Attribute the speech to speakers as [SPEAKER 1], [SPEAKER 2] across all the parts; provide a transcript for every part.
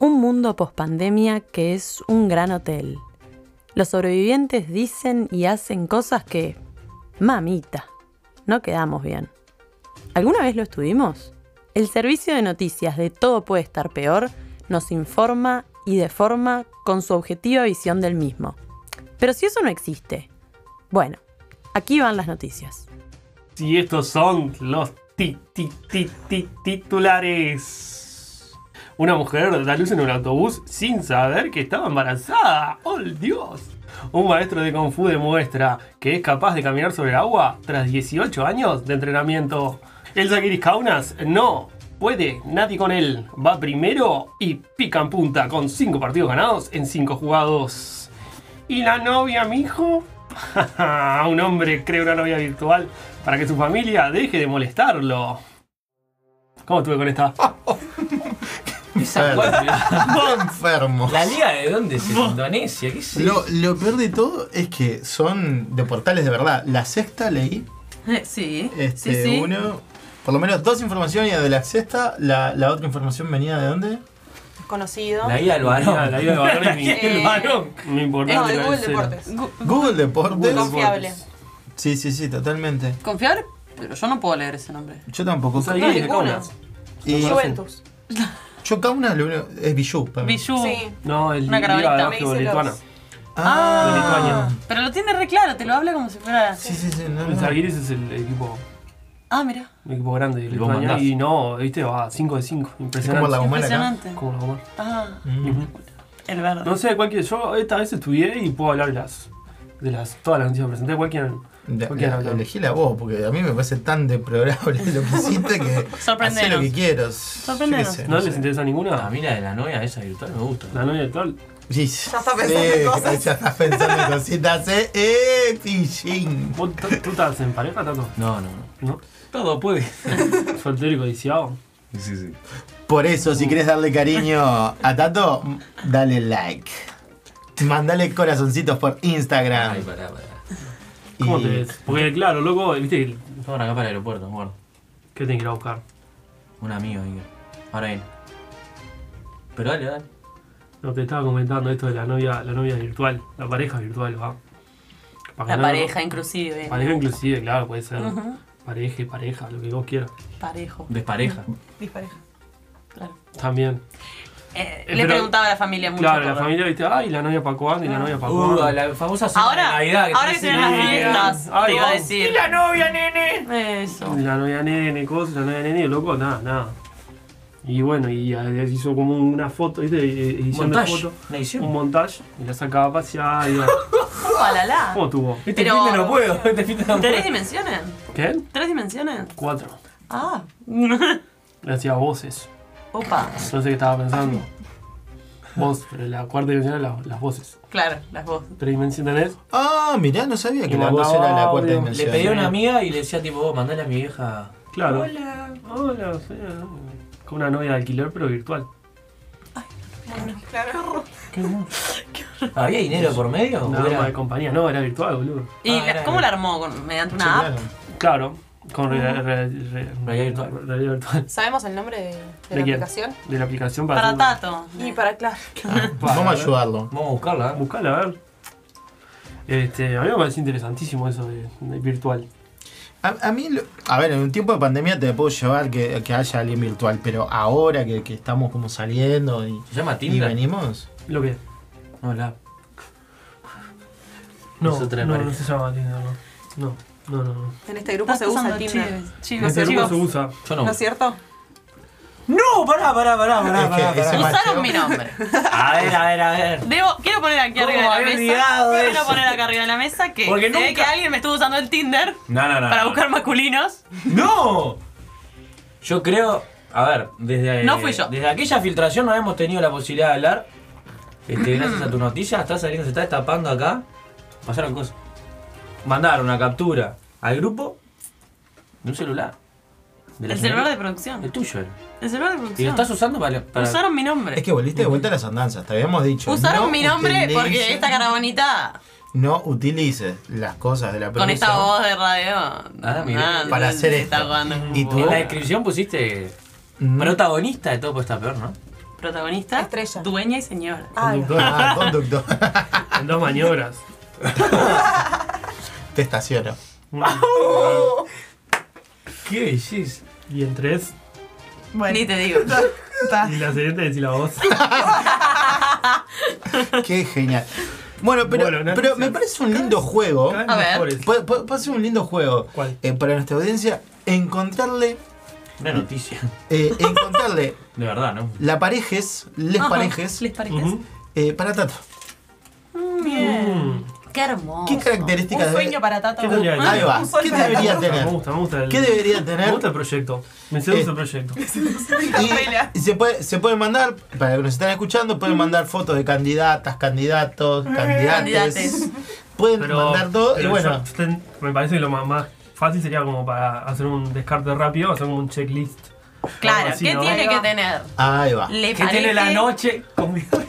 [SPEAKER 1] mundo pospandemia que es un gran hotel. Los sobrevivientes dicen y hacen cosas que, mamita, no quedamos bien. ¿Alguna vez lo estuvimos? El servicio de noticias de Todo puede estar peor nos informa y deforma con su objetiva visión del mismo. Pero si eso no existe, bueno, aquí van las noticias.
[SPEAKER 2] Y estos son los ti- ti- ti- ti- titulares. Una mujer da luz en un autobús sin saber que estaba embarazada. ¡Oh, Dios! Un maestro de Kung Fu demuestra que es capaz de caminar sobre el agua tras 18 años de entrenamiento. El Zaguiris Kaunas no puede, nadie con él. Va primero y pica en punta con 5 partidos ganados en 5 jugados. ¿Y la novia, mijo? un hombre crea una novia virtual para que su familia deje de molestarlo. ¿Cómo estuve con esta?
[SPEAKER 3] Ah.
[SPEAKER 4] Esa cuatro-
[SPEAKER 5] Enfermo.
[SPEAKER 4] ¿La liga de dónde es? ¿En Indonesia? ¿Qué es eso?
[SPEAKER 5] Lo, lo peor de todo es que son de portales de verdad. La sexta leí,
[SPEAKER 3] Sí,
[SPEAKER 5] este,
[SPEAKER 3] sí, sí.
[SPEAKER 5] uno, por lo menos dos informaciones de la sexta, la, la otra información venía de dónde?
[SPEAKER 3] Conocido.
[SPEAKER 4] La guía del
[SPEAKER 2] La
[SPEAKER 4] varón.
[SPEAKER 2] la vida de varón y
[SPEAKER 3] Eh,
[SPEAKER 2] el varón. No importa.
[SPEAKER 3] No,
[SPEAKER 2] el
[SPEAKER 3] de Google
[SPEAKER 2] cero.
[SPEAKER 3] Deportes.
[SPEAKER 5] Google Deportes.
[SPEAKER 2] Google
[SPEAKER 3] Confiable.
[SPEAKER 2] Deportes.
[SPEAKER 5] Sí, sí, sí, totalmente.
[SPEAKER 3] Confiable, pero yo no puedo leer ese nombre.
[SPEAKER 5] Yo tampoco.
[SPEAKER 2] Soy
[SPEAKER 3] No,
[SPEAKER 2] gay de
[SPEAKER 3] ninguno.
[SPEAKER 2] Kaunas.
[SPEAKER 5] Y
[SPEAKER 3] Juventus.
[SPEAKER 5] yo Kaunas lo único- es Bijou para mí.
[SPEAKER 6] Bijou.
[SPEAKER 3] Sí.
[SPEAKER 2] No, el
[SPEAKER 6] Una
[SPEAKER 2] Liga de
[SPEAKER 6] caravanita.
[SPEAKER 2] Básquetbol
[SPEAKER 3] Me dice
[SPEAKER 2] Lituana.
[SPEAKER 3] los-
[SPEAKER 5] Ah,
[SPEAKER 6] Pero lo tiene re claro, te lo habla como si fuera.
[SPEAKER 5] Sí, sí, sí. No,
[SPEAKER 2] El
[SPEAKER 5] no.
[SPEAKER 2] Zagiris es el equipo,
[SPEAKER 6] Ah, mira.
[SPEAKER 2] el equipo grande de
[SPEAKER 4] Y vos
[SPEAKER 2] Lituania.
[SPEAKER 4] mandás.
[SPEAKER 2] Y no, viste, va 5 de 5.
[SPEAKER 5] Es como
[SPEAKER 2] Impresionante.
[SPEAKER 5] la humana acá.
[SPEAKER 6] Impresionante.
[SPEAKER 2] Como la goma.
[SPEAKER 6] Ah,
[SPEAKER 5] Mm.
[SPEAKER 6] el verde.
[SPEAKER 2] No sé de cuál quiere- Yo esta vez estudié y puedo hablar de las. De las, todas las noticias que presenté, ¿cuál quieren?
[SPEAKER 5] La-
[SPEAKER 2] ¿Por qué
[SPEAKER 5] la-
[SPEAKER 2] no?
[SPEAKER 5] elegí la voz porque a mí me parece tan deplorable lo que hiciste que hacé lo
[SPEAKER 6] Sorprendenos.
[SPEAKER 5] que quieras. Sorprendente.
[SPEAKER 6] Sorprendenos.
[SPEAKER 2] ¿No, les interesa ninguna?
[SPEAKER 4] Ah, A mí la de la novia, esa virtual, me gusta.
[SPEAKER 2] La novia de tal.
[SPEAKER 5] Ya
[SPEAKER 3] está pensando en cosas.
[SPEAKER 5] Ya está pensando en cositas. Eh, eh pichín.
[SPEAKER 2] ¿Vos t- tú estás en pareja, Tato?
[SPEAKER 4] No, no, no.
[SPEAKER 2] ¿No?
[SPEAKER 4] Todo puede.
[SPEAKER 2] ¿Soltero y codiciado?
[SPEAKER 4] Sí, sí.
[SPEAKER 5] Por eso, si quieres darle cariño a Tato, dale like. Mandale corazoncitos por
[SPEAKER 4] Ay,
[SPEAKER 5] Instagram.
[SPEAKER 4] pará, pará.
[SPEAKER 2] ¿Cómo
[SPEAKER 5] Y-
[SPEAKER 2] te ves? Porque claro, loco, viste
[SPEAKER 4] Estamos acá para el aeropuerto, me acuerdo.
[SPEAKER 2] que tengo que ir a buscar.
[SPEAKER 4] Un amigo, digo. Ahora bien. Pero dale, dale.
[SPEAKER 2] No, te estaba comentando esto de la novia, la novia virtual, la pareja virtual, va. Para
[SPEAKER 3] La
[SPEAKER 2] que no-
[SPEAKER 3] pareja, inclusive.
[SPEAKER 2] Pareja inclusive, claro, puede ser. Pareja y pareja, lo que vos quieras.
[SPEAKER 3] Parejo.
[SPEAKER 4] Despareja.
[SPEAKER 3] Dispareja. Claro.
[SPEAKER 2] También.
[SPEAKER 3] Eh,
[SPEAKER 2] Eh,
[SPEAKER 3] le
[SPEAKER 2] pero-
[SPEAKER 3] preguntaba a la familia mucho.
[SPEAKER 2] claro, la
[SPEAKER 3] todo.
[SPEAKER 2] familia, viste, ay, la novia pa' cuándo y la novia pa'
[SPEAKER 4] Uh,
[SPEAKER 2] cuándo.
[SPEAKER 4] la famosa cena
[SPEAKER 3] Ahora,
[SPEAKER 4] de Navidad que
[SPEAKER 3] ahora
[SPEAKER 4] te
[SPEAKER 3] que se
[SPEAKER 4] hacen
[SPEAKER 3] ven las
[SPEAKER 4] ahí.
[SPEAKER 3] fiestas,
[SPEAKER 2] Ay,
[SPEAKER 3] te iba a
[SPEAKER 2] ay,
[SPEAKER 3] decir.
[SPEAKER 2] y la novia, nene.
[SPEAKER 3] Eso.
[SPEAKER 2] Y La novia nene, cosas, la novia nene, loco, nada, nada. Y bueno, y eh, hizo como una foto, viste, eh, edición de
[SPEAKER 4] Montaje.
[SPEAKER 2] foto.
[SPEAKER 4] Una edición.
[SPEAKER 2] Un montaje y la sacaba a pasear y
[SPEAKER 3] Ojalá.
[SPEAKER 2] ¿Cómo tuvo?
[SPEAKER 4] Este
[SPEAKER 3] Pero-
[SPEAKER 4] fin de no puedo. Este fin de no
[SPEAKER 3] ¿Tres
[SPEAKER 4] puedo.
[SPEAKER 3] dimensiones?
[SPEAKER 2] ¿Qué?
[SPEAKER 3] ¿Tres dimensiones?
[SPEAKER 2] Cuatro.
[SPEAKER 3] Ah.
[SPEAKER 2] Le hacía voces.
[SPEAKER 3] Opa.
[SPEAKER 2] No sé qué estaba pensando. Vos, pero la cuarta dimensión era la- las voces.
[SPEAKER 3] Claro, las voces.
[SPEAKER 2] ¿Tres dimensiones tenés?
[SPEAKER 5] Ah, mirá, no sabía que
[SPEAKER 2] Y
[SPEAKER 5] la voz
[SPEAKER 2] mandaba
[SPEAKER 5] era la cuarta
[SPEAKER 2] audio.
[SPEAKER 5] dimensión.
[SPEAKER 4] Le pedí a
[SPEAKER 2] Sí.
[SPEAKER 4] una amiga y le decía, tipo, vos, mandale a mi vieja.
[SPEAKER 2] Claro. Hola. Hola, soy- Con una novia de alquiler, pero virtual.
[SPEAKER 4] ¿Había dinero por medio?
[SPEAKER 2] Una
[SPEAKER 4] ¿O
[SPEAKER 2] dama
[SPEAKER 4] era-
[SPEAKER 2] de compañía. No, era virtual, boludo.
[SPEAKER 3] ¿Y
[SPEAKER 4] Ah,
[SPEAKER 3] la-
[SPEAKER 4] era-
[SPEAKER 3] cómo la armó? ¿Con- ¿Mediante
[SPEAKER 5] Sí,
[SPEAKER 3] una app?
[SPEAKER 5] claro.
[SPEAKER 2] Claro. Con re- re- re-
[SPEAKER 4] Realidad virtual.
[SPEAKER 2] realidad virtual.
[SPEAKER 7] ¿Sabemos el nombre de, de
[SPEAKER 2] ¿De
[SPEAKER 7] la
[SPEAKER 2] quién?
[SPEAKER 7] aplicación?
[SPEAKER 2] De la aplicación para.
[SPEAKER 6] Para
[SPEAKER 2] hacer-
[SPEAKER 6] Tato.
[SPEAKER 7] Y para claro.
[SPEAKER 2] para-
[SPEAKER 5] Ah, Vamos a ayudarlo.
[SPEAKER 4] Vamos a buscarla. ¿eh?
[SPEAKER 2] Buscala, a ver. Este, a mí me parece interesantísimo eso de, de virtual.
[SPEAKER 5] A, a mí, lo- a ver, en un tiempo de pandemia te puedo llevar que, que haya alguien virtual, pero ahora que, que estamos como saliendo y,
[SPEAKER 4] ¿Se llama
[SPEAKER 5] y
[SPEAKER 4] Tinder?
[SPEAKER 5] venimos,
[SPEAKER 2] Lo que.
[SPEAKER 4] No, la.
[SPEAKER 2] No,
[SPEAKER 4] Es otra de
[SPEAKER 2] no,
[SPEAKER 4] pareja.
[SPEAKER 2] no se llama Tinder, no. No, no, no. no.
[SPEAKER 7] En este grupo se usa Tinder.
[SPEAKER 2] En este grupo se usa.
[SPEAKER 4] Yo no.
[SPEAKER 7] ¿No es cierto?
[SPEAKER 4] No, pará, pará, pará, pará,
[SPEAKER 5] Es que
[SPEAKER 4] pará,
[SPEAKER 5] ese
[SPEAKER 4] pará.
[SPEAKER 5] macho-
[SPEAKER 3] Usaron mi nombre.
[SPEAKER 4] A ver, a ver, a ver.
[SPEAKER 6] Debo, quiero poner aquí
[SPEAKER 4] ¿Cómo
[SPEAKER 6] arriba de la
[SPEAKER 4] había
[SPEAKER 6] mesa.
[SPEAKER 4] olvidado
[SPEAKER 6] quiero
[SPEAKER 4] eso?
[SPEAKER 6] poner acá arriba de la mesa que se
[SPEAKER 4] Porque
[SPEAKER 6] ve
[SPEAKER 4] nunca-
[SPEAKER 6] que alguien me estuvo usando el Tinder
[SPEAKER 4] No, no, no.
[SPEAKER 6] para
[SPEAKER 4] no,
[SPEAKER 6] buscar masculinos.
[SPEAKER 4] ¡No! Yo creo. A ver, desde.
[SPEAKER 6] No fui yo.
[SPEAKER 4] Desde aquella filtración no hemos tenido la posibilidad de hablar. Este, gracias a tu noticia, está saliendo, se está destapando acá. Pasaron cosas. Mandaron una captura al grupo de un celular. De la
[SPEAKER 6] El
[SPEAKER 4] señora-
[SPEAKER 6] celular de producción.
[SPEAKER 4] El tuyo era.
[SPEAKER 6] El celular de
[SPEAKER 4] Y lo
[SPEAKER 6] producción.
[SPEAKER 4] estás usando para. para-
[SPEAKER 6] Usaron mi nombre.
[SPEAKER 5] Es que volviste de vuelta a las andanzas, te habíamos dicho.
[SPEAKER 3] Usaron
[SPEAKER 5] no
[SPEAKER 3] mi nombre
[SPEAKER 5] utilices-
[SPEAKER 3] porque esta caravanita
[SPEAKER 5] No utilices las cosas de la
[SPEAKER 3] con esta
[SPEAKER 5] producción
[SPEAKER 3] voz de radio. Ah,
[SPEAKER 4] mira.
[SPEAKER 5] Para
[SPEAKER 3] se
[SPEAKER 5] hacer
[SPEAKER 3] está
[SPEAKER 5] esto.
[SPEAKER 3] jugando.
[SPEAKER 5] Y tu
[SPEAKER 4] En la
[SPEAKER 5] voz
[SPEAKER 4] descripción pusiste.
[SPEAKER 5] no
[SPEAKER 4] Protagonista de todo puede estar peor, ¿no?
[SPEAKER 3] protagonista,
[SPEAKER 7] Estrella.
[SPEAKER 3] dueña y señora.
[SPEAKER 7] Ay,
[SPEAKER 5] Conductor. Ah, conductor.
[SPEAKER 2] En dos maniobras.
[SPEAKER 5] Te estaciono.
[SPEAKER 4] Qué belleza.
[SPEAKER 2] Y en tres.
[SPEAKER 3] Bueno. Ni te digo.
[SPEAKER 2] Y la siguiente decir la voz.
[SPEAKER 5] Qué genial. Bueno, pero,
[SPEAKER 2] Bueno, nada,
[SPEAKER 5] pero
[SPEAKER 2] sí.
[SPEAKER 5] me parece un lindo juego.
[SPEAKER 2] Cada vez
[SPEAKER 3] A ver.
[SPEAKER 2] mejores.
[SPEAKER 5] Puede, puede- puede ser un lindo juego
[SPEAKER 2] ¿Cuál?
[SPEAKER 5] eh, para nuestra audiencia encontrarle,
[SPEAKER 4] Una noticia.
[SPEAKER 5] eh, encontrarle
[SPEAKER 4] De verdad, ¿no?
[SPEAKER 5] la parejes, les
[SPEAKER 3] Ajá,
[SPEAKER 5] parejes,
[SPEAKER 3] Les parejes.
[SPEAKER 2] Ujú.
[SPEAKER 5] eh, para Tato.
[SPEAKER 2] Mm.
[SPEAKER 3] Qué hermoso.
[SPEAKER 5] ¿Qué características
[SPEAKER 7] un
[SPEAKER 5] de-
[SPEAKER 7] sueño para Tato. Ah,
[SPEAKER 2] ¿Qué tendría que
[SPEAKER 5] Ahí
[SPEAKER 2] tener?
[SPEAKER 5] va.
[SPEAKER 7] Un sueño
[SPEAKER 5] ¿Qué
[SPEAKER 7] para
[SPEAKER 5] debería
[SPEAKER 7] Tato.
[SPEAKER 5] tener?
[SPEAKER 2] Me gusta, me gusta. el-
[SPEAKER 5] ¿Qué debería
[SPEAKER 2] Me
[SPEAKER 5] tener?
[SPEAKER 2] gusta el proyecto. Me seduce
[SPEAKER 5] Eh.
[SPEAKER 2] el proyecto.
[SPEAKER 5] Y, se, puede, se pueden mandar, para que nos están escuchando, pueden mandar fotos de candidatas, candidatos, candidates.
[SPEAKER 3] Candidates.
[SPEAKER 5] Pueden
[SPEAKER 2] Pero,
[SPEAKER 5] mandar todo y
[SPEAKER 2] pero
[SPEAKER 5] bueno.
[SPEAKER 2] yo ten- me parece que lo más, más fácil sería como para hacer un descarte rápido, hacer como un checklist.
[SPEAKER 3] Claro,
[SPEAKER 2] Algo así,
[SPEAKER 3] ¿qué
[SPEAKER 2] ¿no?
[SPEAKER 3] tiene
[SPEAKER 7] Ahí
[SPEAKER 3] que
[SPEAKER 7] va.
[SPEAKER 3] tener?
[SPEAKER 5] Ahí va.
[SPEAKER 3] Le
[SPEAKER 4] Que tiene la
[SPEAKER 3] parece-
[SPEAKER 4] noche conmigo.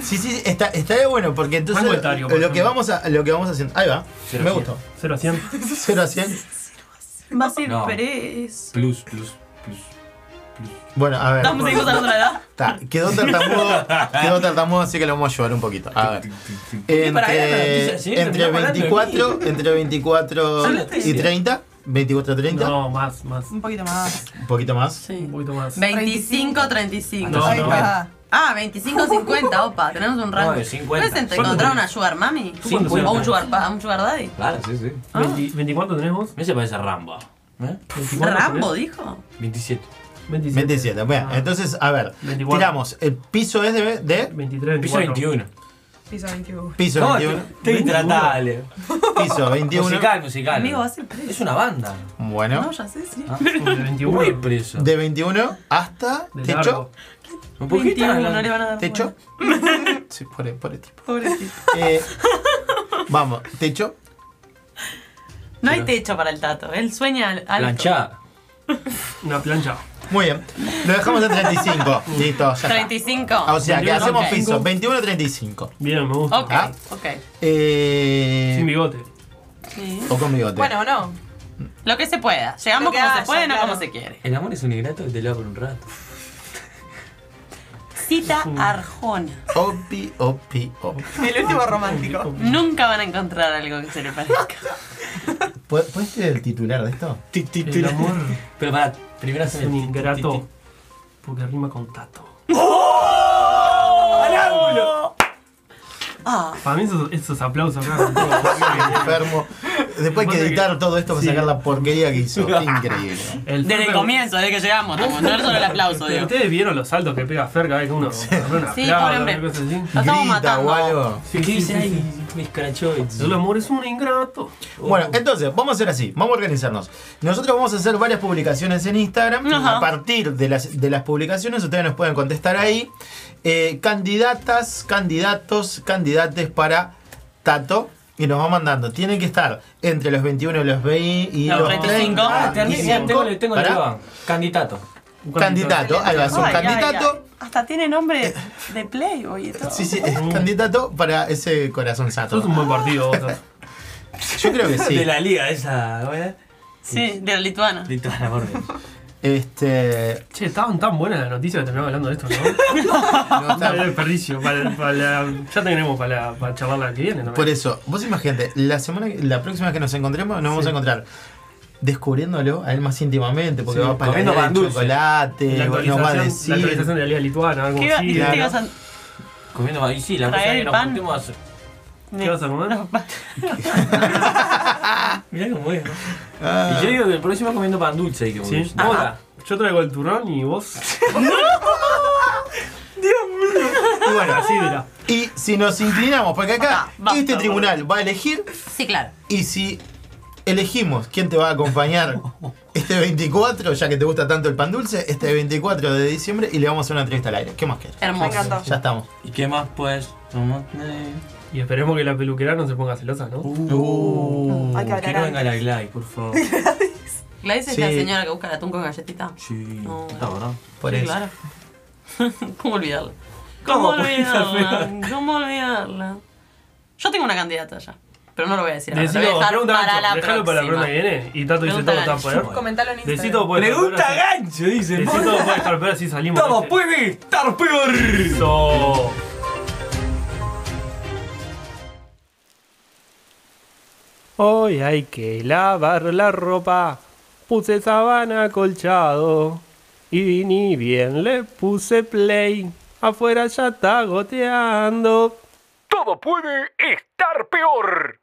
[SPEAKER 5] Sí, sí, está, estaría bueno porque entonces
[SPEAKER 2] Más
[SPEAKER 5] lo,
[SPEAKER 2] voltario, por
[SPEAKER 5] lo que
[SPEAKER 2] ejemplo.
[SPEAKER 5] vamos a, lo que vamos haciendo. Ahí va.
[SPEAKER 4] Cero
[SPEAKER 5] me
[SPEAKER 4] a cien.
[SPEAKER 5] gustó.
[SPEAKER 2] 0 a 100.
[SPEAKER 5] 0 a 100.
[SPEAKER 6] Va a ser
[SPEAKER 4] No.
[SPEAKER 6] Pérez.
[SPEAKER 4] Plus, plus, plus.
[SPEAKER 5] Bueno, a ver.
[SPEAKER 6] Vamos a ir usando la edad.
[SPEAKER 5] Está, quedó tartamudo, quedó tartamudo, así que lo vamos a ayudar un poquito. A ver.
[SPEAKER 4] Y para ganar la noticia,
[SPEAKER 5] Entre,
[SPEAKER 4] sí,
[SPEAKER 5] entre
[SPEAKER 4] terminamos hablando de
[SPEAKER 5] 24, entre 24
[SPEAKER 4] Sí, la
[SPEAKER 5] y
[SPEAKER 4] noticia.
[SPEAKER 5] 30, 24 30,
[SPEAKER 2] No, más, más.
[SPEAKER 7] Un poquito más.
[SPEAKER 5] un poquito más.
[SPEAKER 3] Sí.
[SPEAKER 2] Un poquito más.
[SPEAKER 3] 25, 35.
[SPEAKER 2] No,
[SPEAKER 7] Ahí
[SPEAKER 2] no.
[SPEAKER 7] va.
[SPEAKER 3] Ah, 25, 50, opa, tenemos un rango.
[SPEAKER 4] No, de 50.
[SPEAKER 3] ¿Puedes ent-
[SPEAKER 2] ¿Cuánto
[SPEAKER 3] encontrar
[SPEAKER 2] tenés?
[SPEAKER 3] una sugar mami?
[SPEAKER 2] ¿Tú cuántos
[SPEAKER 3] O un
[SPEAKER 2] años
[SPEAKER 3] sugar, pa- un sugar daddy.
[SPEAKER 4] Claro, sí, sí.
[SPEAKER 2] tenés? 20 ¿24 tenés vos?
[SPEAKER 4] Me se parece a Rambo. ¿Eh?
[SPEAKER 2] 24
[SPEAKER 3] Rambo
[SPEAKER 2] tenés?
[SPEAKER 3] dijo.
[SPEAKER 4] 27.
[SPEAKER 2] 27.
[SPEAKER 5] 27. Bueno,
[SPEAKER 2] Ah,
[SPEAKER 5] entonces, a ver,
[SPEAKER 2] 24.
[SPEAKER 5] tiramos. El piso es de, de
[SPEAKER 2] 23,
[SPEAKER 4] Piso
[SPEAKER 2] 24.
[SPEAKER 4] 21.
[SPEAKER 7] Piso 21.
[SPEAKER 5] piso
[SPEAKER 4] No,
[SPEAKER 5] 21,
[SPEAKER 4] te intratable.
[SPEAKER 5] piso 21.
[SPEAKER 4] Musical, musical.
[SPEAKER 3] Amigo, va a ser preso.
[SPEAKER 4] Es una banda.
[SPEAKER 5] Bueno,
[SPEAKER 3] No, ya sé, sí.
[SPEAKER 4] Ah.
[SPEAKER 2] De 21.
[SPEAKER 4] Muy preso.
[SPEAKER 5] de 21 hasta
[SPEAKER 2] De
[SPEAKER 5] techo,
[SPEAKER 2] largo.
[SPEAKER 4] Un poquito.
[SPEAKER 3] 21,
[SPEAKER 4] ¿no?
[SPEAKER 3] no le van a dar.
[SPEAKER 5] techo.
[SPEAKER 3] bola.
[SPEAKER 5] Sí, pobre, pobre tipo.
[SPEAKER 3] Pobre tipo.
[SPEAKER 5] Eh, vamos, techo.
[SPEAKER 3] No hay techo para el tato. Él sueña al.
[SPEAKER 4] Planchada.
[SPEAKER 2] Una plancha.
[SPEAKER 5] Muy bien. Lo dejamos en 35. Listo, ya está.
[SPEAKER 3] 35.
[SPEAKER 5] Ah, O sea, que hacemos
[SPEAKER 3] Ok.
[SPEAKER 5] piso 21 35.
[SPEAKER 2] Bien, me gusta.
[SPEAKER 3] Ok,
[SPEAKER 5] Ah.
[SPEAKER 3] ok.
[SPEAKER 2] Sin
[SPEAKER 5] Eh,
[SPEAKER 2] bigote.
[SPEAKER 3] Sí.
[SPEAKER 5] o con bigote.
[SPEAKER 7] Bueno, no.
[SPEAKER 3] Lo que se pueda.
[SPEAKER 7] Lo
[SPEAKER 3] Llegamos
[SPEAKER 7] que
[SPEAKER 3] como se
[SPEAKER 7] haya,
[SPEAKER 3] puede, no
[SPEAKER 7] claro.
[SPEAKER 3] como se quiere.
[SPEAKER 4] El amor es un ingrato que te lo por un rato.
[SPEAKER 3] Cita Arjona.
[SPEAKER 5] Opi, opi, opi.
[SPEAKER 7] El último romántico.
[SPEAKER 3] Nunca van a encontrar algo que se le parezca.
[SPEAKER 5] ¿Pu- ¿Puedes ser el titular de esto?
[SPEAKER 2] El amor
[SPEAKER 4] Pero para, primero
[SPEAKER 2] es
[SPEAKER 4] hacen
[SPEAKER 2] un
[SPEAKER 4] el ti, ti,
[SPEAKER 2] ingrato.
[SPEAKER 4] ti.
[SPEAKER 2] Porque rima con tato.
[SPEAKER 3] Ah,
[SPEAKER 2] Para mí esos, esos aplausos acá. con todo, porque
[SPEAKER 5] Enfermo. Después hay que editar todo esto para
[SPEAKER 2] Sí.
[SPEAKER 5] sacar la porquería que hizo. Qué increíble.
[SPEAKER 2] el
[SPEAKER 3] desde el
[SPEAKER 2] Ferber-
[SPEAKER 3] comienzo, desde que llegamos. tipo, No es solo el aplauso,
[SPEAKER 2] Pero
[SPEAKER 3] digo.
[SPEAKER 2] ustedes vieron los saltos que pega Fer cada vez que uno agarra una
[SPEAKER 3] Sí,
[SPEAKER 2] flauta,
[SPEAKER 3] pobre hombre.
[SPEAKER 2] una cosa así.
[SPEAKER 5] Ah,
[SPEAKER 3] Lo estamos
[SPEAKER 5] Grita o
[SPEAKER 3] matando.
[SPEAKER 5] algo.
[SPEAKER 4] ¿Qué dice ahí? Me escrachó.
[SPEAKER 2] El amor es un ingrato.
[SPEAKER 5] Bueno, entonces, vamos a hacer así, vamos a organizarnos. Nosotros vamos a hacer varias publicaciones en Instagram.
[SPEAKER 3] Ajá.
[SPEAKER 5] A partir de las, de las publicaciones, ustedes nos pueden contestar ahí. eh, candidatas, candidatos, candidates para Tato. Y nos va mandando. Tienen que estar entre los 21 y los 20 y
[SPEAKER 3] Los
[SPEAKER 5] los
[SPEAKER 3] 35.
[SPEAKER 5] 35.
[SPEAKER 4] Ah, termina, mira, tengo, el- tengo el
[SPEAKER 5] Pará.
[SPEAKER 4] diván. Candidato.
[SPEAKER 2] Un
[SPEAKER 5] Candidato, ahí va, es un
[SPEAKER 6] Ay, ay,
[SPEAKER 5] candidato.
[SPEAKER 6] ay. Hasta tiene nombre de Playboy y todo.
[SPEAKER 5] Sí, sí, es candidato para ese corazón
[SPEAKER 2] Sos
[SPEAKER 5] sato.
[SPEAKER 2] un buen partido, vos, Tato.
[SPEAKER 5] Yo creo que sí.
[SPEAKER 4] De la liga esa, ¿eh? ¿verdad?
[SPEAKER 3] Sí, de la lituana.
[SPEAKER 4] Listo, el amor.
[SPEAKER 5] Este.
[SPEAKER 2] Che, estaban tan buenas las noticias que terminamos hablando de esto, ¿no?
[SPEAKER 5] no está-
[SPEAKER 2] Era desperdicio. Para, para la- ya tenemos para, la- para charlar la que viene también.
[SPEAKER 5] Por eso, vos imagínate, la semana que- la próxima vez que nos encontremos nos vamos a encontrar descubriéndolo a él más íntimamente, porque
[SPEAKER 2] Sí,
[SPEAKER 5] va a pasar
[SPEAKER 4] comiendo pan
[SPEAKER 5] el
[SPEAKER 4] dulce.
[SPEAKER 2] la
[SPEAKER 5] chocolate, eh, nos va
[SPEAKER 2] actualización, la
[SPEAKER 5] a
[SPEAKER 2] actualización
[SPEAKER 5] decir.
[SPEAKER 2] de la Liga Lituana, a ver
[SPEAKER 6] ¿Qué
[SPEAKER 2] cómo
[SPEAKER 6] iba,
[SPEAKER 2] sigue.
[SPEAKER 6] qué
[SPEAKER 5] claro.
[SPEAKER 6] ibas a-
[SPEAKER 4] Comiendo más. Y sí, la
[SPEAKER 6] Traer
[SPEAKER 4] cosa es que
[SPEAKER 6] el
[SPEAKER 4] nos
[SPEAKER 6] pan.
[SPEAKER 4] juntemos.
[SPEAKER 2] ¿Qué vas a comer?
[SPEAKER 4] Mirá cómo es, ¿no?
[SPEAKER 5] Ah.
[SPEAKER 4] Y yo digo que el próximo es comiendo pan dulce. hay
[SPEAKER 2] Sí.
[SPEAKER 4] que volver.
[SPEAKER 2] Vamos a- Yo traigo el turrón y vos
[SPEAKER 5] Y bueno,
[SPEAKER 2] la Ah, sidra.
[SPEAKER 5] y si nos inclinamos, porque acá
[SPEAKER 3] Acá, basta,
[SPEAKER 5] este tribunal va a elegir,
[SPEAKER 3] Sí, claro.
[SPEAKER 5] y si elegimos quién te va a acompañar este 24, ya que te gusta tanto el pan dulce, este 24 de diciembre, y le vamos a hacer una entrevista al aire. ¿Qué más quieres?
[SPEAKER 7] Me
[SPEAKER 3] Hermoso.
[SPEAKER 7] encantó.
[SPEAKER 5] Ya estamos.
[SPEAKER 4] ¿Y qué más, pues? Somos-
[SPEAKER 2] Y esperemos que la peluquera no se ponga celosa, ¿no?
[SPEAKER 4] Uh,
[SPEAKER 7] Hay que hablar
[SPEAKER 4] que no
[SPEAKER 7] antes.
[SPEAKER 4] venga la Glide, por favor.
[SPEAKER 3] Gladys es
[SPEAKER 5] Sí.
[SPEAKER 3] la señora que busca atún con galletita.
[SPEAKER 4] Sí,
[SPEAKER 3] No.
[SPEAKER 4] está bueno.
[SPEAKER 5] Por
[SPEAKER 3] Sí,
[SPEAKER 5] eso.
[SPEAKER 3] claro. ¿Cómo olvidarla?
[SPEAKER 4] ¿Cómo
[SPEAKER 3] ¿Cómo
[SPEAKER 4] puede ser
[SPEAKER 3] olvidarla? ¿Cómo olvidarla? Yo tengo una candidata ya. pero no lo voy a decir. ahora,
[SPEAKER 2] Decilo,
[SPEAKER 3] lo voy a dejar
[SPEAKER 2] pregunta
[SPEAKER 3] para
[SPEAKER 2] gancho,
[SPEAKER 3] la
[SPEAKER 2] dejalo
[SPEAKER 3] próxima.
[SPEAKER 2] para la pregunta que viene y Tato dice
[SPEAKER 3] Pregunta
[SPEAKER 2] todo está
[SPEAKER 3] gancho.
[SPEAKER 2] peor.
[SPEAKER 7] Comentalo en Instagram.
[SPEAKER 2] Decí todo puede estar
[SPEAKER 4] Pregunta
[SPEAKER 2] peor, así-
[SPEAKER 4] gancho, dice.
[SPEAKER 2] Decí todo puede estar peor si salimos.
[SPEAKER 4] Todo
[SPEAKER 2] de
[SPEAKER 4] puede estar peor.
[SPEAKER 2] este. Eso. Hoy hay que lavar la ropa. Puse sabana acolchado. Y ni bien le puse play. Afuera ya está goteando. Todo puede estar peor.